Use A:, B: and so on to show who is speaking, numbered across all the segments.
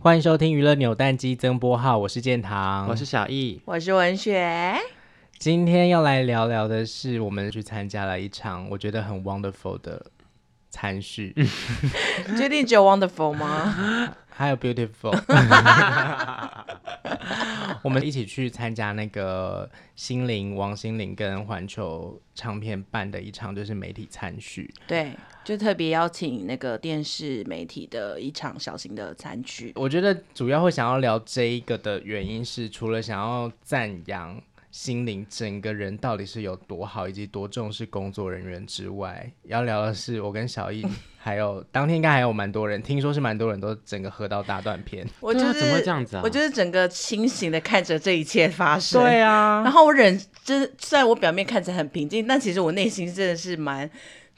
A: 欢迎收听娱乐扭蛋机增播号，我是建堂，
B: 我是小易。
C: 我是文雪，
A: 今天要来聊聊的是，我们去参加了一场我觉得很 wonderful 的餐叙，
B: 嗯
C: 你确定只有 Wonderful
B: 啊
C: 吗？
A: 还有 beautiful。我们一起去参加那个心灵王心凌跟环球唱片办的一场就是媒体餐叙，
C: 对，就特别邀请那个电视媒体的一场小型的餐区，
A: 我觉得主要会想要聊这一个的原因是，除了想要赞扬心灵整个人到底是有多好，以及多重视工作人员之外，要聊的是我跟小易还有当天应该还有蛮多人，听说是蛮多人都整个喝到大断片。
C: 我
B: 对
C: 就
B: 啊
C: 是、
B: 怎么会这样子啊
C: 我就是整个清醒的看着这一切发生。
A: 对啊，
C: 然后我忍，真虽然我表面看起来很平静，但其实我内心真的是蛮，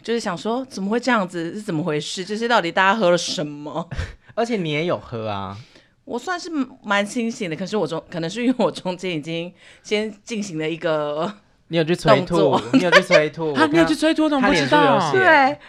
C: 就是想说怎么会这样子，是怎么回事？就是到底大家喝了什么？
A: 而且你也有喝啊，
C: 我算是蛮清醒的，可是我中可能是因为我中间已经先进行了一个
A: 你有去催吐
C: 动，
A: 你有去催吐，
B: 啊，
A: 我
B: 你有
A: 看
B: 去催吐，我怎么
A: 他
B: 不
A: 脸
B: 知
A: 是有
B: 道？
A: 血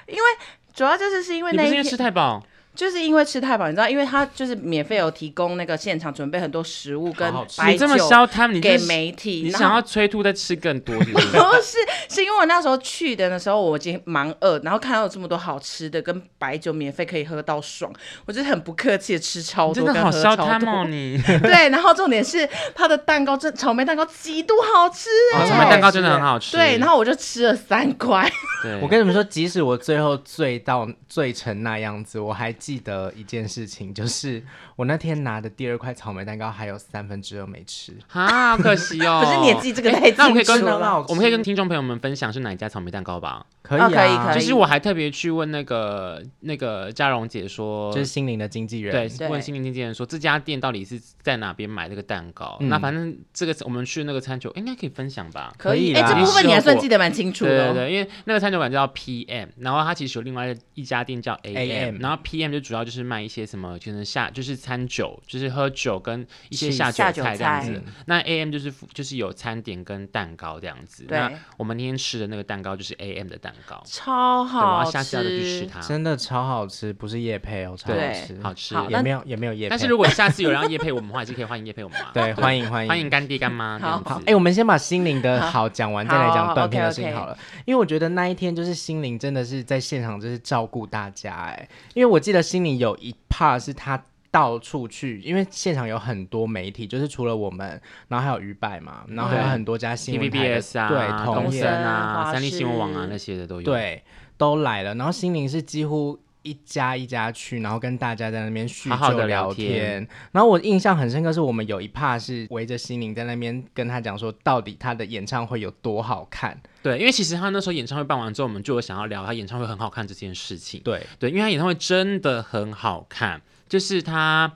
C: 对，因为主要就是是因为
B: 你
C: 那
B: 不
C: 一
B: 是因
C: 天
B: 为吃太饱？
C: 就是因为吃太饱，你知道，因为他就是免费有提供那个现场准备很多食物跟
A: 好好吃
C: 白
B: 你这
C: 酒
B: 么消贪，你
C: 给
B: 就是
C: 媒体，
B: 你
C: 然
B: 想
C: 后
B: 要催吐再吃更多，是不 是？
C: 不是，是因为我那时候去的那时候，我已经蛮饿，然后看到有这么多好吃的跟白酒免费可以喝到爽，我就是很不客气的吃超
B: 你
C: 多，
B: 真的好消
C: 消
B: 贪哦，你！
C: 对，然后重点是它的蛋糕，这草莓蛋糕极度好吃
B: 哦
C: 哎、
B: 草莓蛋糕真的很好吃。
C: 对，然后我就吃了三块，
B: 对，
A: 我跟你们说，即使我最后醉到醉成那样子，我还记得一件事情，就是我那天拿的第二块草莓蛋糕还有三分之二没吃。
B: 啊，好可惜哦。
C: 可是你也记这个太
B: 那我可以
C: 清
B: 跟
C: 楚
A: 真的很
C: 了。
A: 好吃
B: 我们可以跟听众朋友们分享是哪一家草莓蛋糕吧？
A: 可以啊，
C: 哦可以可以
B: 就是我还特别去问那个那个嘉荣姐说，
A: 就是心灵的经纪人。
B: 对，
C: 对
B: 问心灵经纪人说这家店到底是在哪边买这个蛋糕？
A: 嗯
B: 那反正这个我们去那个餐酒应该可以分享吧？
A: 可以
C: 哎、
A: 啦
C: 这部分你还算
A: 你
C: 记得蛮清楚
B: 对
C: 的、
B: 对
C: 哦。
B: 对，因为那个餐酒馆叫 PM，然后它其实有另外一家店叫 AM，
A: AM
B: 然后 PM 就主要就是卖一些什么，就是下就是餐酒，就是喝酒跟一些
A: 是
B: 下酒
C: 下酒
B: 菜这样
C: 菜
B: 子。那 AM 就是就是有餐点跟蛋糕这样子。
C: 对
B: 那我们那天吃的那个蛋糕就是 AM 的蛋糕，
C: 超
B: 对，我
C: 好
B: 要
C: 吃，
B: 下次要再去吃它。
A: 真的超好吃，不是夜配哦，超好
C: 对
A: 吃，
B: 啊好吃
C: 好
A: 也
C: 那
A: 没有也没有夜配。
B: 但是如果下次有人要夜配我们的话，还是可以欢迎夜配我们嘛。
A: 对，欢迎欢迎
B: 欢迎干爹干妈这样子。
A: 好，哎、我们先把心灵的
C: 好
A: 好讲完，再来讲
C: 好
A: 断片的事情
C: OK，OK
A: 好了。因为我觉得那一天就是心灵真的是在现场就是照顾大家、哎，因为我记得心灵有一 part 是他到处去，因为现场有很多媒体，就是除了我们，然后还有鱼摆嘛，然后还有
B: 对
A: 很多家新闻台的
B: TVBS 啊，
A: 对，同
B: 东
A: 业
B: 森啊，
C: 华
B: 三立新闻网啊
C: 视
B: 那些的都有。，
A: 对，都来了。然后心灵是几乎一家一家去，然后跟大家在那边叙旧
B: 好好地
A: 聊
B: 聊天
A: 然后我印象很深刻，是我们有一趴是围着心灵在那边跟他讲说，到底他的演唱会有多好看。
B: 对，因为其实他那时候演唱会办完之后，我们就有想要聊他演唱会很好看这件事情。
A: 对，
B: 对，因为他演唱会真的很好看，就是他。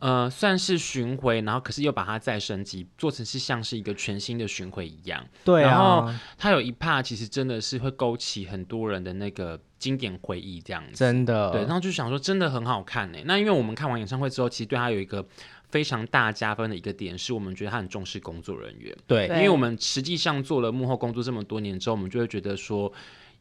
B: 呃，算是巡回，然后可是又把它再升级，做成是像是一个全新的巡回一样。
A: 对
B: 然后
A: 啊，
B: 它有一 part 其实真的是会勾起很多人的那个经典回忆，这样子。
A: 真的，
B: 对，然后就想说真的很好看呢。那因为我们看完演唱会之后，其实对他有一个非常大加分的一个点，是我们觉得他很重视工作人员，
A: 对
C: 对
B: 因为我们实际上做了幕后工作这么多年之后，我们就会觉得说。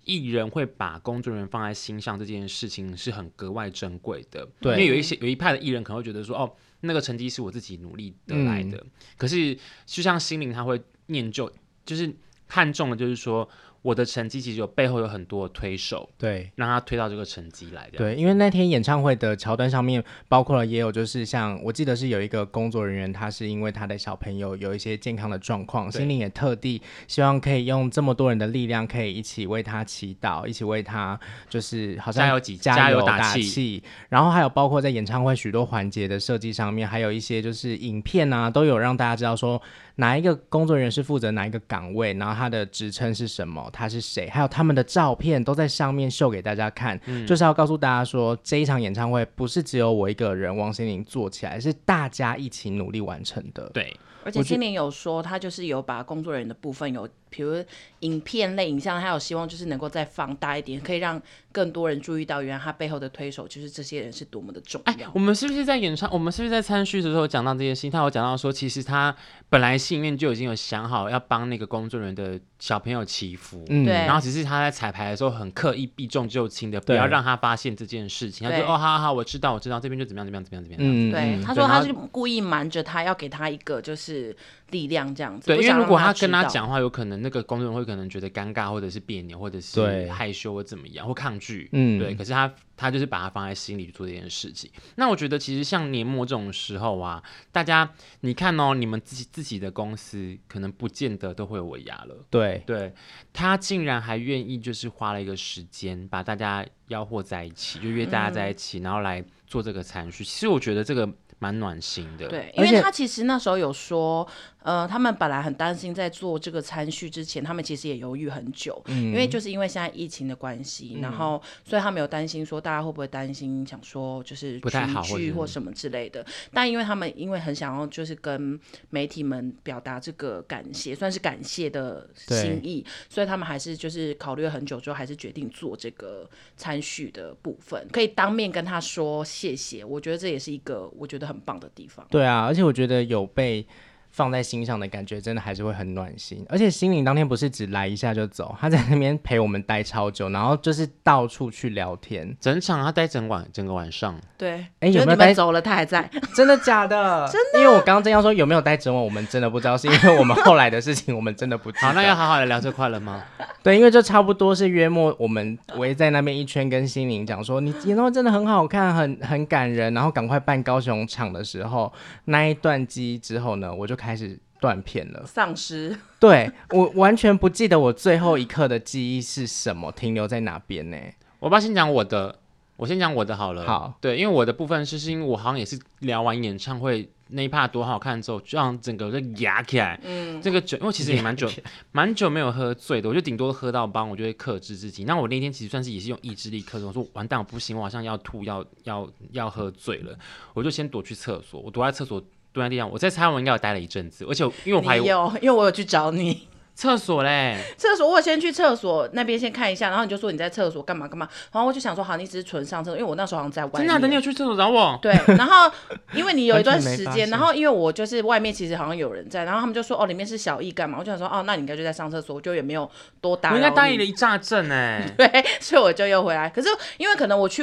B: 艺人会把工作人员放在心上这件事情是很格外珍贵的，
A: 对
B: 因为有一些有一派的艺人可能会觉得说，哦，那个成绩是我自己努力得来的，可是就像心灵他会念旧，就是看重的就是说我的成绩其实有背后有很多的推手，
A: 对。
B: 让他推到这个成绩来的。
A: 对，因为那天演唱会的桥段上面，包括了也有就是像我记得是有一个工作人员，他是因为他的小朋友有一些健康的状况，
B: 对
A: 心灵也特地希望可以用这么多人的力量，可以一起为他祈祷，一起为他就是好像
B: 加油几
A: 加
B: 加油
A: 打
B: 打气
A: 然后还有包括在演唱会许多环节的设计上面，还有一些就是影片啊，都有让大家知道说哪一个工作人员是负责哪一个岗位，然后他的职称是什么，他是谁，还有他们的照片都在上面秀给大家看，就是要告诉大家说这一场演唱会不是只有我一个人王心凌做起来，是大家一起努力完成的。
B: 对
C: 而且心灵有说，他就是有把工作人员的部分有比如影片类影像，它有希望就是能够再放大一点，可以让更多人注意到，原来他背后的推手就是这些人是多么的重要。
B: 哎我们是不是在演唱？我们是不是在参叙的时候有讲到这件事情？他有讲到说，其实他本来心里面就已经有想好要帮那个工作人员的小朋友祈福，
A: 嗯
C: 对
B: 然后只是他在彩排的时候很刻意避重就轻的，不要
A: 对
B: 让他发现这件事情。他就
C: 对
B: 哦，好好好，我知道，我知道，这边就怎么样，怎么样，怎么样，怎么样。
A: 嗯，
C: 对
A: 嗯，
C: 他
B: 对
C: 说他
B: 然
C: 是故意瞒着他，要给他一个就是力量这样子。
B: 对，
C: 不
B: 因为
C: 想
B: 如
C: 让
B: 果
C: 他
B: 跟
C: 知
B: 他
C: 道，
B: 讲话，有可能那个工作人员会可能觉得尴尬，或者是别扭，或者是
A: 对
B: 害羞或怎么样，或抗拒。
A: 嗯
B: 对。可是他他就是把它放在心里去做这件事情。那我觉得其实像年末这种时候啊，大家你看哦，你们自己自己的公司可能不见得都会有尾牙了。
A: 对，
B: 对他竟然还愿意，就是花了一个时间把大家吆喝在一起，就约大家在一
C: 嗯
B: 起，然后来做这个参叙。其实我觉得这个蛮暖心的。，
C: 对，因
A: 而
C: 为
A: 且
C: 他其实那时候有说，呃，他们本来很担心在做这个参叙之前，他们其实也犹豫很久，因为就是因为现在疫情的关系，然后所以他们有担心说大家会不会担心想说就是
B: 不太好
C: 群
B: 或
C: 聚
B: 者
C: 或
B: 是
C: 什么之类的，但因为他们因为很想要就是跟媒体们表达这个感谢，算是感谢的
A: 对
C: 心意，所以他们还是就是考虑了很久之后，还是决定做这个参叙的部分，可以当面跟他说谢谢，我觉得这也是一个我觉得很棒的地方。
A: 对啊，而且我觉得有被放在心上的感觉，真的还是会很暖心。而且心灵当天不是只来一下就走，他在那边陪我们待超久，然后就是到处去聊天，
B: 整场他待整晚，整个晚上。
C: 对，
A: 哎
C: 就是
A: 有没有
C: 你们
A: 带
C: 走了，他还在？
A: 真的假的？真的。因为我刚刚正要说有没有待整晚，我们真的不知道，是因为我们后来的事情我们真的不知道。
B: 好，那要好好的聊这块了吗？
A: 对，因为就差不多是约莫我们围在那边一圈，跟心灵讲说，你演唱会真的很好看，很很感人，然后赶快办高雄场的时候，那一段记忆之后呢，我就开始断片
B: 呃
A: 了。
C: 丧尸，
A: 对我完全不记得我最后一刻的记忆是什么，停留在哪边呢？
B: 我爸先讲我的，我先讲我的好了。
A: 好，
B: 对，因为我的部分是是因为我好像也是聊完演唱会那一 part 多好看之后，就让整个就压起来。嗯，这个酒，因为其实也蛮久蛮久没有喝醉的，我就顶多喝到帮，我就会克制自己。那我那天其实算是也是用意志力克制，我说完蛋，我不行，我好像要吐，要要要喝醉了，我就先躲去厕所，我躲在厕所。蹲在地上，我在猜我应该有待了一阵子，而且我因为我怀
C: 你
B: 疑
C: 有，因为我有去找你。
B: 厕所嘞，
C: 厕所，我有先去厕所那边先看一下，然后你就说你在厕所干嘛干嘛，然后我就想说，好，你只是纯上厕所，因为我那时候好像在外
B: 真
C: 面。
B: 的啊，等你有去厕所找我，
C: 对，然后因为你有一段时
A: 完全没发
C: 间，
A: 现
C: 然后因为我就是外面其实好像有人在，然后他们就说哦里面是小易干嘛，我就想说哦那你应该就在上厕所，我就也没有多打
B: 我
C: 扰
B: 应
C: 你。
B: 该待了一炸阵哎、
C: 对，所以我就又回来。可是因为可能我去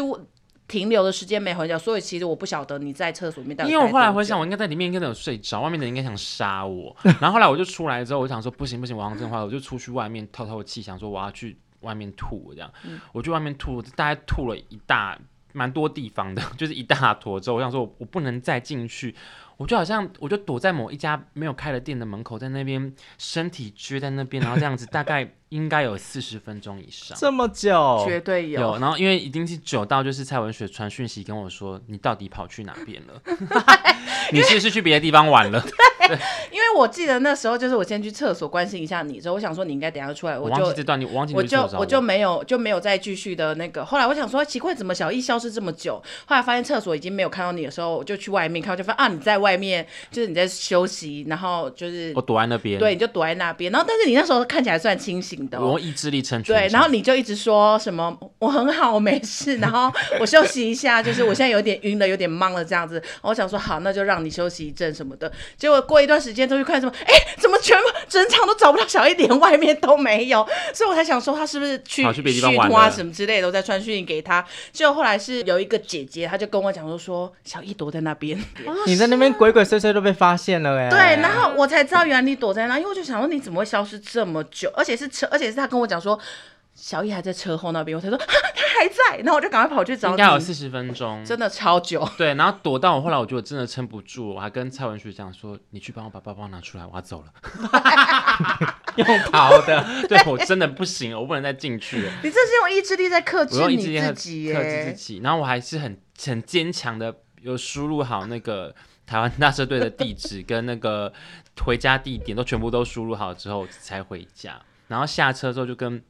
C: 停留的时间没很久，所以其实我不晓得你在厕所里面到底
B: 因为我
C: 待
B: 后来
C: 多
B: 回
C: 久
B: 想，我应该在里面应该有睡着，外面的人应该想杀我。然后后来我就出来之后，我想说不行不行，我讲真话，我就出去外面透透气，想说我要去外面吐这样。
C: 嗯
B: 我去外面吐，大概吐了一大蛮多地方的， 就是一大坨之后，我想说我我不能再进去。我就好像我就躲在某一家没有开的店的门口，在那边身体撅在那边，然后这样子大概应该有四十分钟以上。
A: 这么久，
C: 绝对有。
B: 有，然后因为一定是久到就是蔡文雪传讯息跟我说，你到底跑去哪边了？ 你是不是去别的地方 玩了？
C: 因为我记得那时候就是我先去厕所关心一下你，之后我想说你应该等一下出来，
B: 我
C: 我
B: 忘记
C: 就
B: 这段，你我忘记你
C: 我
B: 去厕
C: 就
B: 所找
C: 我就没有就没有再继续的那个。后来我想说奇怪，怎么小易消失这么久？后来发现厕所已经没有看到你的时候，我就去外面看，我就发现啊你在外面，就是你在休息，然后就是
B: 我躲在那边，
C: 对，你就躲在那边。然后但是你那时候看起来算清醒的、
B: 我
C: 哦。
B: 用意志力撑全
C: 对，然后
B: 场
C: 你就一直说什么我很好，我没 事，然后我休息一下，就是我现在有点晕了，有点懵了这样子。然后我想说好，那就让你休息一阵什么的。结果过一段时间都去看什么，哎，怎么全部整场都找不到小一点，外面都没有，所以我才想说他是不是去
B: 跑去别地方
C: 续
B: 玩
C: 托啊
B: 了
C: 什么之类的，我在传讯给他。结果后来是有一个姐姐，她就跟我讲说说小一躲在那边。
A: 你在那边鬼鬼祟祟都被发现了哎。
C: 对，然后我才知道原来你躲在那，因为我就想说你怎么会消失这么久，而且是车，而且是他跟我讲说小易还在车后那边，我才说哈他还在，然后我就赶快跑去找
B: 应该有
C: 你，
B: 四十分钟。
C: 真的超 久，
B: 对，然后躲到我后来，我觉得真的撑不住，我还跟蔡文雪讲说：“你去帮我把包包拿出来，我要走了。
A: 用逃的，
B: 对”我真的不行了，我不能再进去了。
C: 你这是用意志力在 克
B: 我
C: 制
B: 用
C: 你
B: 意志力克克
C: 自
B: 制
C: 己
B: 自
C: 耶。
B: 己，然后我还是很很坚强的，有输入好那个台湾大社队的地 址跟那个回家地点都全部都输入好之后才回家，然后下车之后就跟。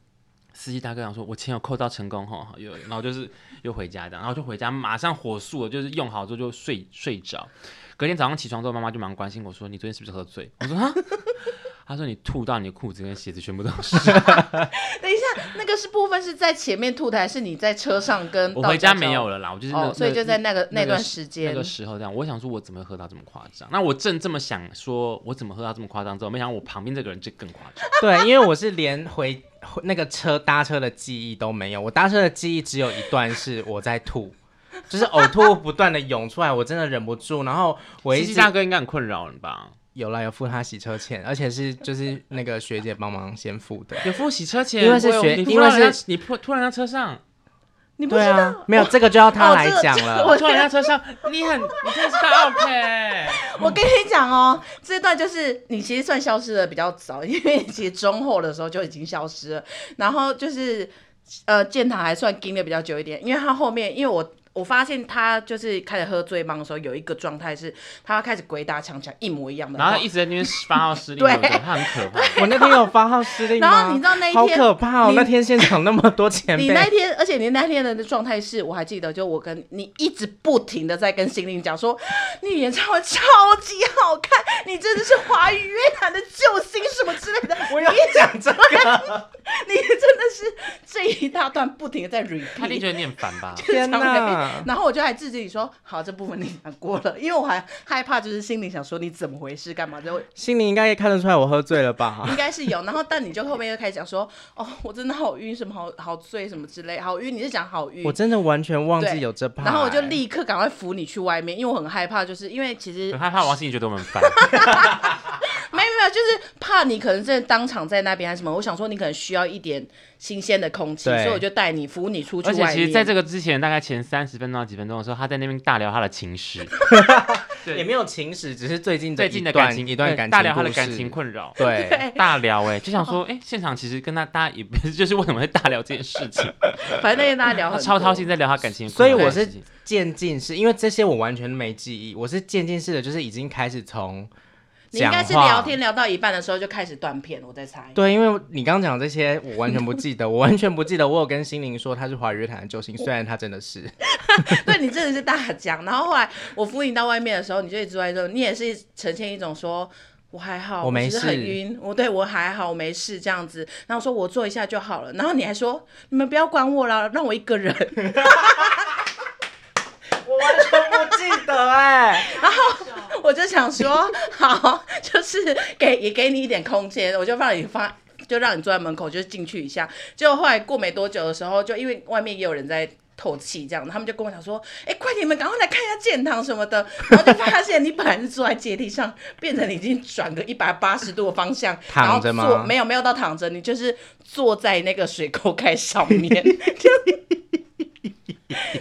B: 司机大哥讲说：“我钱有扣到成功吼，有，然后就是又回家这样，然后就回家，马上火速的，就是用好之后就 睡睡着。隔天早上起床之后，妈妈就蛮关心我说：‘你昨天是不是喝醉？’我说：‘啊，他说你吐到你的裤子跟鞋子全部都 是。
C: 等一下，那个是部分是在前面吐的，还是你在车上跟
B: 我
C: 到
B: 回家
C: 交
B: 没有了啦，我就是那、
C: 哦，所以就在那个
B: 那个
C: 段
B: 时
C: 时间，
B: 那个时候这样，我想说我怎么会喝到这么夸张？那我正这么想说，我怎么喝到这么夸张之后，没想到我旁边这个人就更夸张。
A: 对，因为我是连回回那个车搭车的记忆都没有，我搭车的记忆只有一段是我在吐，就是呕吐不断的涌出来，我真的忍不住。然后我一
B: 司机
A: 直
B: 大哥应该很困扰了吧？
A: 有啦，有付他洗车钱，而且是就是那个学姐帮忙先付的。
B: 有付洗车钱，
A: 因为是
B: 我有
A: 学
B: 你
A: 因
B: 突
A: 为
B: 然
A: 是
B: 你突突然在车上，
C: 你不
A: 对
C: 知道、
A: 啊，没有这个就要他
C: 哦
A: 来
C: 这个
A: 讲
C: 这个
A: 了。
C: 我
B: 突然在车上，你很你真的是大 OK。
C: 我跟你讲哦，这段就是你其实算消失的比较早，因为你其实中后的时候就已经消失了。然后就是呃，建堂还算盯的比较久一点，因为他后面因为我。我发现他就是开始喝醉忙的时候，有一个状态是，他开始鬼打墙墙一模一样的
B: 然
C: 话。
B: 后他一直在那边发号施令，
C: 对
B: 对不对？他很可怕。
A: 我那天有发号施令吗？
C: 然后你知道那一
A: 好
C: 天
A: 可怕哦！
C: 你
A: 那天现场那么多前
C: 你那一
A: 辈，
C: 天，而且你那天的状态是我还记得，就我跟你一直不停的在跟心灵讲说，你演唱会超级好看，你真的是华语乐坛的救星什么之类的，
A: 我要讲这个，
C: 你真的是这一大段不停的在 repeat。
B: 他 一定觉得你很烦吧？
A: 天哪
C: 哪！然后我就还制止你说，好，这部分你讲过了，因为我还害怕，就是心里想说你怎么回事，干嘛就
A: 心里应该也看得出来我喝醉了 吧？
C: 应该是有。然后但你就后面又开始讲说，哦，我真的好晕，什么好好醉什么之类，好晕，你是讲好晕
A: 我。真的完全忘记
C: 对
A: 有这趴欸、
C: 然后我就立刻赶快扶你去外面，因为我很害怕，就是因为 其实
B: 很害怕王心凌觉得我们烦，
C: 没有没有，就是怕你可能真的当场在那边还是什么。我想说你可能需要一点新鲜的空气，
A: 对
C: 所以我就带你扶你出去
B: 而
C: 外面。
B: 且其实在这个之前，大概前三十分钟到几分钟的时候，他在那边大聊他的情 史，对
A: 也没有情史，只是最近
B: 最近的
A: 一段
B: 感情
A: 一段
B: 对
A: 感情
B: 大聊他的
A: 故
B: 感
A: 事
B: 情困扰。
A: 对，
C: 对，
B: 大聊哎、就想说
C: 哦
B: 哎、现场其实跟他大家也不 是，就是为什么会大聊这件事 情，
C: 反正那天大家聊
B: 他
C: 很
B: 超
C: 多
B: 掏心在聊他感情的
A: 所
B: 困
A: 以
B: 扰
A: 我
B: 的事
A: 是
B: 情，
A: 渐进式，因为这些我完全没记忆，我是渐进式的，就是已经开始从
C: 你应
A: 讲
C: 该是
A: 话
C: 聊天聊到一半的时候就开始断片，我在猜。
A: 对，因为你刚讲这些，我完全不记得，我完全不记得我有跟心灵说他是华语乐坛的救星，虽然他真的是，
C: 对你真的是大奖。然后后来我扶你到外面的时候，你就一直在说，你也是呈现一种说。我还好，
A: 我没
C: 只是
A: 事
C: 很晕。我对我还好，我没事这样子。然后说我坐一下就好了。然后你还说你们不要管我了，让我一个人。
A: 我完全不记 得哎、
C: 我就想说，好，就是给也给你一点空间，我就让你发，就让你坐在门口，就进去一下。结果后来过没多久的时候，就因为外面也有人在。透气这样，他们就跟我讲说：“哎、快点，你们赶快来看一下建堂什么的。”然后就发现你本来是坐在阶梯上，变成你已经转个一百八十度的方向，然后
A: 躺着吗
C: 坐没有没有到躺着，你就是坐在那个水沟盖上面。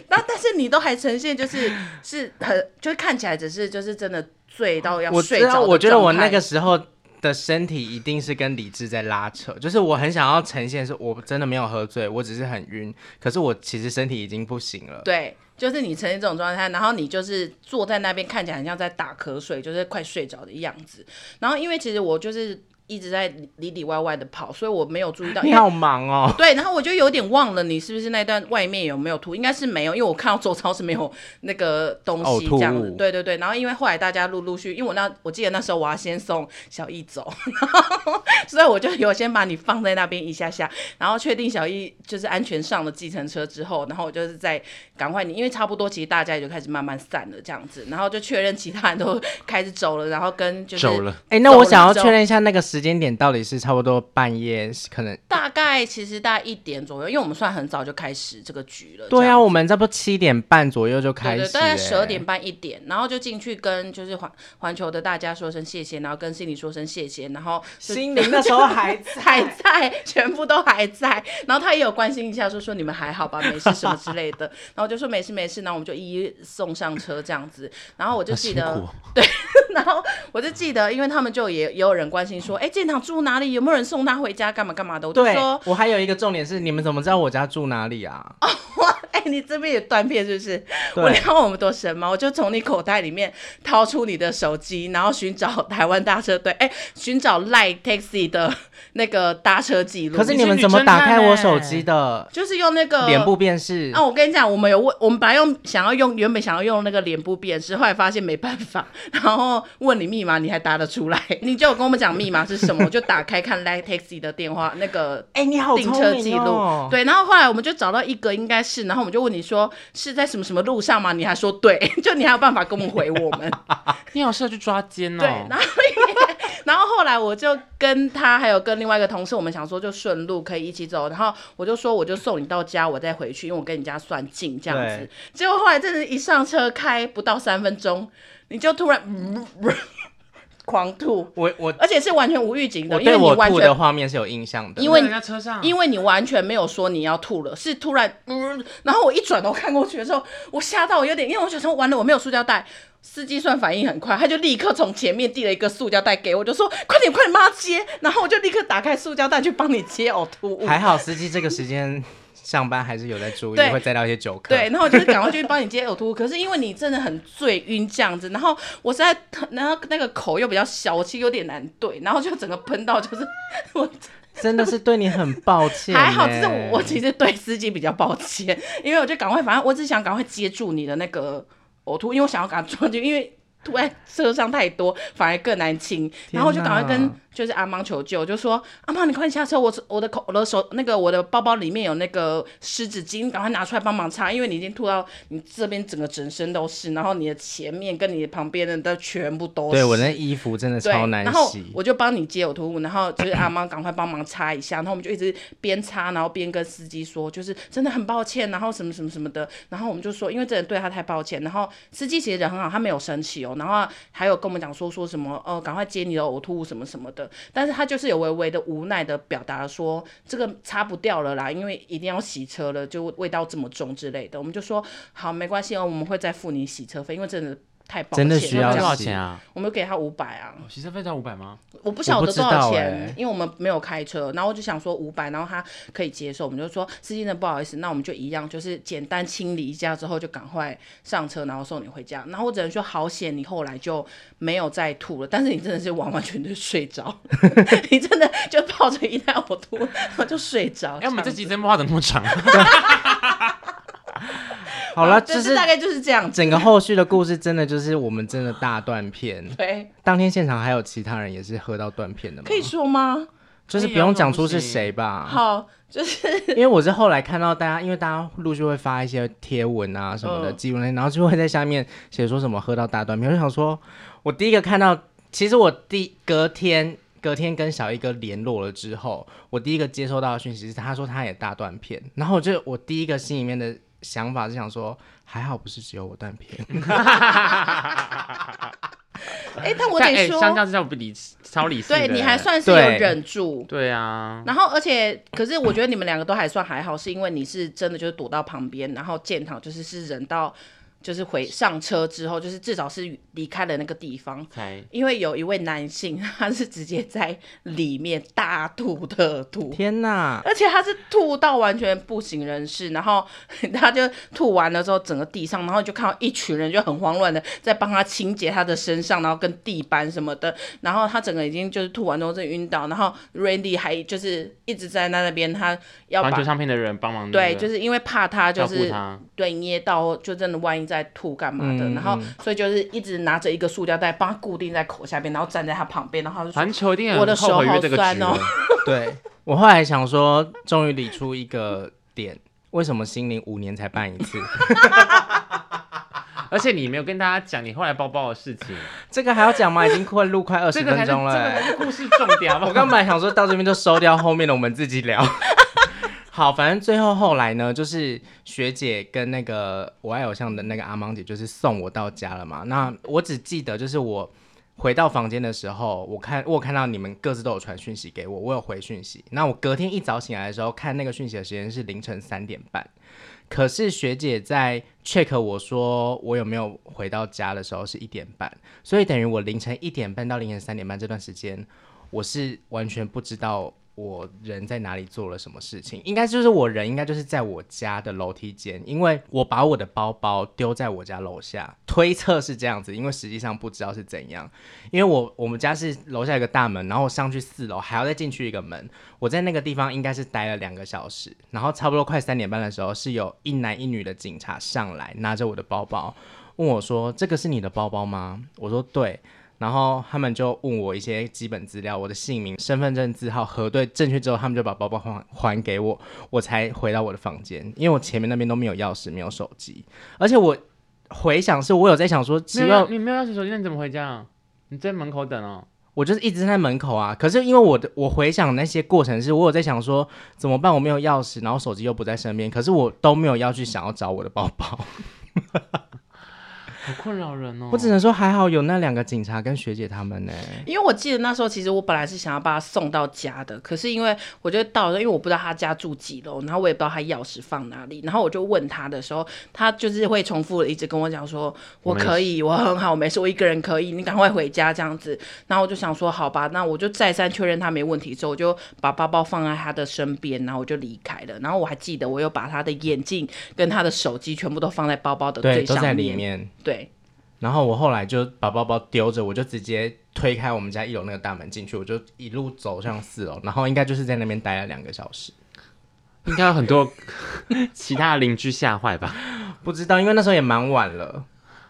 C: 然后但是你都还呈现就是是很就是看起来只是就是真的醉到要
A: 我
C: 睡
A: 知
C: 着的
A: 道，
C: 状态。
A: 我觉得我那个时候的身体一定是跟理智在拉扯，就是我很想要呈现是我真的没有喝醉，我只是很晕，可是我其实身体已经不行了。
C: 对，就是你呈现这种状态，然后你就是坐在那边看起来很像在打瞌睡，就是快睡着的样子。然后因为其实我就是一直在里里外外的跑，所以我没有注意 到。
A: 你
C: 因为
A: 好忙哦，
C: 对，然后我就有点忘了你是不是那段外面有没有吐，应该是没有，因为我看到周遭是没有那个东
A: 呕
C: 西
A: 吐
C: 这样子。
A: 物
C: 对对对，然后因为后来大家陆陆续，因为我那我记得那时候我要先送小易走， 所以我就有先把你放在那边一下下，然后确定小易就是安全上了计程车之后，然后我就是在赶快你，因为差不多其实大家也就开始慢慢散了这样子，然后就确认其他人都开始走了，然后跟就是
B: 走了。
A: 哎、那我想要
C: 走了之后
A: 确认一下那个时间点到底是差不多半夜，可能
C: 大概其实大概一点左右，因为我们算很早就开始这个局了。
A: 对
C: 这
A: 啊，
C: 样
A: 我们差不多七点半左右就开
C: 对
A: 始、
C: 对，
A: 欸，
C: 大概十二点半一点，然后就进去跟就是环环球的大家说声谢谢，然后跟心里说声谢谢，然后就
A: 心灵那时候还
C: 还在，全部都还在。然后他也有关心一下，说说你们还好吧，没事什么之类 的。然后就说没事没事，然后我们就一一送上车这样子。然后我就
B: 好
C: 记
B: 辛
C: 得
B: 苦，哦，
C: 然后我就记得，因为他们就也也有人关心说，哎，建堂住哪里？有没有人送他回家？干嘛干嘛的？我就
A: 对
C: 说，
A: 我还有一个重点是，你们怎么知道我家住哪里啊？
C: 哇，哎、你这边也断片是不是？ 我
A: 对，
C: 然后我们多神嘛，我就从你口袋里面掏出你的手机，然后寻找台湾大车队，哎，寻找赖 taxi 的那个搭车记 录。
A: 可是
B: 你
A: 你
B: 是
A: 们
B: 女
A: 怎么
B: 侦
A: 打
B: 探
A: 开我
B: 欸
A: 手机的？
C: 啊就是用那个
A: 脸部辨识
C: 啊，我跟你讲，我们有问，我们本来用想要用，原本想要用那个脸部辨识，后来发现没办法， 然后问你密码，你还答得出来， 你就有跟我们讲密码是什么，我就打开看 Light Taxi 的电话那个
A: 哎、你好
C: 订
A: 聪
C: 车
A: 明
C: 记录，
A: 哦
C: 对，然后后来我们就找到一个应该是，然后我们就问你说是在什么什么路上吗？你还说对， 就你还有办法跟我们回我 们，
B: 你好适合去抓奸
C: 对，
B: 哦
C: 然。后 然后后来我就跟他还有跟另外一个同事，我们想说就顺路可以一起走，然后我就说我就送你到家，我再回去，因为我跟你家算近这样子
A: 对。
C: 结果后来真的，一上车开不到三分钟，你就突然、 嗯、狂吐，
A: 我我
C: 而且是完全无预警
A: 我
C: 的，因
A: 对
C: 为你
A: 我
C: 完
A: 吐的
C: 全。
A: 画面是有印象的，
C: 因为
B: 人家车上，
C: 因为你完全没有说你要吐了，是突然，嗯，然后我一转头看过去的时候，我吓到我有点，因为我想说完了我没有塑胶袋，司机算反应很快，他就立刻从前面递了一个塑胶袋给我，就说快点快点帮他接，然后我就立刻打开塑胶袋去帮你接呕吐物，
A: 还好司机这个时间 上班还是有在注意，
C: 对
A: 会载到一些酒客。
C: 对，，然后我就是赶快去帮你接呕吐物，可是因为你真的很醉晕这样子，然后我实在，然后那个口又比较小，我其实有点难对，然后就整个喷到就是我
A: 真的是对你很抱歉。欸
C: 还好，只是我我其实对司机比较抱歉，因为我就赶快，反正我只想赶快接住你的那个呕吐，因为我想要赶快装进去，因为吐在车上太多，反而更难清。
A: 天
C: 然后我就赶快跟
A: 哪
C: 就是阿芒求救，就说阿芒，你快点下车，我我的口我的手那个我的包包里面有那个湿纸巾，赶快拿出来帮忙擦，因为你已经吐到你这边整个整身都是，然后你的前面跟你的旁边的都全部都是。
A: 对我那衣服真的
C: 对，
A: 超难
C: 然后
A: 洗。
C: 我就帮你接呕吐物，然后就是阿妈赶快帮忙擦一下，然后我们就一直边擦，然后边跟司机说，就是真的很抱歉，然后什么什么什么的，然后我们就说，因为真的对他太抱歉，然后司机其实人很好，他没有生气哦，然后还有跟我们讲说说什么呃，赶快接你的呕吐物什么什么的，但是他就是有微微的无奈的表达说这个擦不掉了啦，因为一定要洗车了，就味道这么重之类的，我们就说好没关系哦，我们会再付你洗车费，因为真的。太抱歉
A: 真
C: 了，
A: 的需要
B: 多
C: 这样
B: 少
A: 洗
B: 钱啊？
C: 我们给他五百啊，
B: 哦洗车费才五百吗？
C: 我不晓
A: 我
C: 得
A: 不知
C: 多少
A: 道
C: 钱，
A: 欸
C: 因为我们没有开车，然后我就想说五百，然后他可以接受，我们就说司机呢不好意思，那我们就一样，就是简单清理一下之后就赶快上车，然后送你回家。然后我只能说好险，你后来就没有再吐了，但是你真的是完完全全睡着，你真的就抱着一袋呕吐，然后就睡着。
B: 哎、我们这
C: 样
B: 集
C: 子
B: 真不知道怎么那么长。
A: 好了，
C: 就
A: 就是是
C: 大概就是这样子。
A: 整个后续的故事，真的就是我们真的大断片。
C: 对，
A: 当天现场还有其他人也是喝到断片的吗
C: 可？以啊说吗？
A: 就是不用讲出是谁吧，
C: 好，就是
A: 因为我是后来看到大家，因为大家陆续会发一些贴文啊什么的
C: 嗯
A: 记录那些，然后就会在下面写说什么喝到大断片。我就想说，我第一个看到，其实我第隔天隔天跟小一哥联络了之后，我第一个接收到的讯息是他说他也大断片，然后我就我第一个心里面的想法是想说，还好不是只有我断 片。
C: 哎、但 我
B: 但哎、
C: 得说，
B: 相较之下，我不理超理性的。
C: 对你还算是有
A: 对
C: 忍住。
B: 对啊，
C: 然后，而且，可是我觉得你们两个都还算还好，是因为你是真的就是躲到旁边，然后建堂就是是人到，就是回上车之后，就是至少是离开了那个地方。
B: 才
C: 因为有一位男性，他是直接在里面大吐特吐，
A: 天哪！
C: 而且他是吐到完全不省人事，然后 他就吐完了之后，整个地上，然后就看到一群人就很慌乱的在帮他清洁他的身上，然后跟地板什么的，然后他整个已经就是吐完之后就晕倒，然后 Randy 还就是一直在那那边，他要
B: 环
C: 把
B: 球。唱片的人帮忙、
C: 对，就是因为怕他就
B: 照顾
C: 是
B: 他。
C: 对捏到，就真的万一在吐干嘛的，
A: 嗯
C: 然后所以就是一直拿着一个塑料袋帮他固定在口下边，然后站在他旁边，然后他就说
B: 环球一定
C: 我的
B: 很
C: 手
B: 后悔
C: 好
B: 约这个
C: 酸
B: 局
C: 哦
B: 了。
A: 对我后来想说，终于理出一个点，为什么心灵五年才办一次？
B: 而且你没有跟大家讲你后来包包的事情，
A: 这个还要讲吗？已经快录快二
B: 这
A: 十
B: 个才
A: 分
B: 是这
A: 钟
B: 个
A: 了、
B: 才
A: 欸。
B: 是故事重点好不好
A: 我刚本来想说到这边就收掉，后面的我们自己聊。 好，反正最后后来呢，就是学姐跟那个我爱偶像的那个阿芒姐，就是送我到家了嘛。那我只记得就是我回到房间的时候，我看我有看到你们各自都有传讯息给我，我有回讯息。那我隔天一早醒来的时候，看那个讯息的时间是凌晨三点半。可是学姐在 check 我说我有没有回到家的时候是一点半，所以等于我凌晨一点半到凌晨三点半这段时间，我是完全不知道我人在哪里做了什么事情，应该就是我人应该就是在我家的楼梯间，因为我把我的包包丢在我家楼下，推测是这样子，因为实际上不知道是怎样，因为我我们家是楼下有个大门，然后我上去四楼还要再进去一个门，我在那个地方应该是待了两个小时，然后差不多快三点半的时候，是有一男一女的警察上来拿着我的包包，问我说：“这个是你的包包吗？”我说：“对。”然后他们就问我一些基本资料，我的姓名、身份证字号核对正确之后，他们就把包包还还给我，我才回到我的房间，因为我前面那边都没有钥匙，没有手机，而且我回想是我有在想说，只
B: 没
A: 要
B: 有，你没有钥匙手机，那你怎么回家啊？你在门口等哦。
A: 我就是一直在门口啊，可是因为我的我回想那些过程是，我有在想说怎么办，我没有钥匙，然后手机又不在身边，可是我都没有要去想要找我的包包，
B: 好困扰人哦。
A: 我只能说还好有那两个警察跟学姐他们呢、
C: 因为我记得那时候，其实我本来是想要把他送到家的，可是因为我就到了，因为我不知道他家住几楼，然后我也不知道他钥匙放哪里，然后我就问他的时候，他就是会重复的一直跟我讲说，
B: 我
C: 我
B: 没事
C: 可以，我很好，我没事，我一个人可以，你赶快回家这样子。然后我就想说，好吧，那我就再三确认他没问题之后，我就把包包放在他的身边，然后我就离开了。然后我还记得，我又把他的眼镜跟他的手机全部都放在包包的
A: 对，
C: 最
A: 都在
C: 上
A: 里
C: 面，
A: 面。
C: 对。
A: 然后我后来就把包包丢着，我就直接推开我们家一楼那个大门进去，我就一路走上四楼，然后应该就是在那边待了两个小时。
B: 应该有很多 其他的邻居吓坏吧？
A: 不知道，因为那时候也蛮晚了，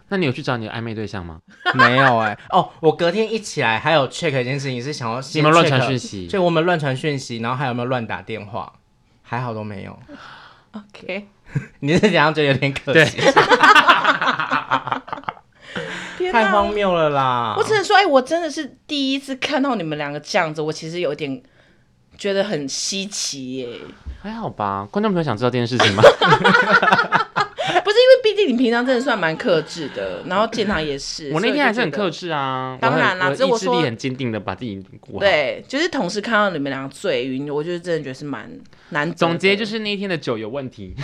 B: 那你有去找你的暧昧对象吗？
A: 没有哎、哦，我隔天一起来还有 check 一件事情是想要
B: 你
A: 先
B: 们乱传
A: check-
B: 讯息，
A: 所以我们乱传讯息，然后还有没有乱打电话？还好都没有。
C: OK，
A: 你是怎样觉得有点可惜？
C: 天
A: 太
C: 哪！
A: 荒谬了
B: 啊
A: 啦！
C: 我只能说，哎、我真的是第一次看到你们两个这样子，我其实有点觉得很稀奇耶。
B: 还好吧？观众朋友想知道这件事 情吗？
C: 不是因为毕竟你平常真的算蛮克制的，然后建堂也是，
B: 我那天还是很
C: 所以
B: 克
C: 我就觉
B: 制啊，
C: 当然啦
B: 我很
C: 这
B: 我
C: 我
B: 意志
C: 说
B: 力很坚定的把自己过
C: 得。
B: 好。
C: 对，就是同时看到你们两个醉晕，我就是真的觉得是蛮难得的。
B: 总结就是那一天的酒有问题，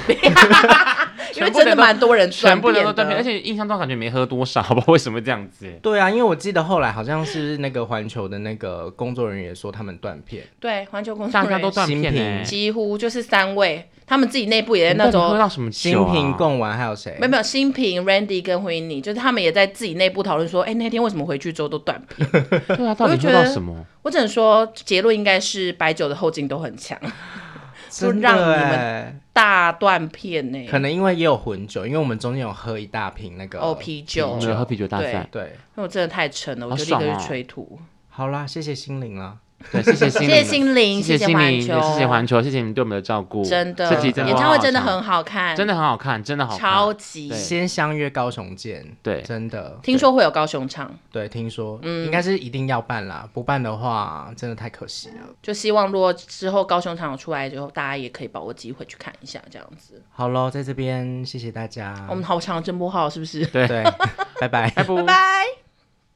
C: 因为真的蛮多人
B: 全部
C: 人
B: 人都断片，而且印象中感觉没喝多少，不知道为什么这样子欸。
A: 对啊，因为我记得后来好像是那个环球的那个工作人员也说他们断片，
C: 对环球工作
B: 大
C: 人
B: 家
C: 员
B: 都断片
A: 新
B: 欸
A: 品
C: 几乎就是三位，他们自己内部也在
B: 你
C: 那
B: 到底
C: 种
B: 喝到什么
A: 新
B: 酒啊
A: 平贡丸还有谁
C: 没有？没有，新平 Randy 跟 w i n n 就是他们也在自己内部讨论说，哎、那天为什么回去之后都断片？
B: 对啊，到底
C: 觉
B: 喝到
C: 得
B: 什么？
C: 我只能说，结论应该是白酒的后劲都很强，就
A: 真的
C: 让你们
A: 欸
C: 大断片呢、
A: 可能因为也有混酒，因为我们中间有喝一大瓶那个
C: 哦啤酒
B: 我们有喝啤酒大赛，
A: 对，
C: 因为我真的太沉了，我
B: 好
C: 就立刻
B: 爽哦
C: 去吹土。
A: 好啦，谢谢心灵啦。
B: 对，谢谢心
C: 谢
B: 灵，
C: 谢心灵，
B: 谢
C: 谢
B: 心灵，
C: 环
B: 也
C: 球，
B: 谢谢环球，谢谢你们对我们的照顾，
C: 真的，
B: 这集真的
C: 演
B: 好
C: 唱
B: 好
C: 会真的
B: 听
C: 很好看，
B: 真的很好看，真的好看，
C: 超级
B: 对。
A: 先相约高雄见，
B: 对
A: 真的，
C: 听说会有高雄场，
A: 对，听说
C: 嗯
A: 应该是一定要办啦，不办的话真的太可惜了。
C: 就希望如果之后高雄场有出来之后，大家也可以把握机会去看一下，这样子。
A: 好喽，在这边谢谢大家，
B: 嗯
C: 我们好长的真播号是不是？
A: 对，拜拜。
B: 拜拜
C: 拜。拜。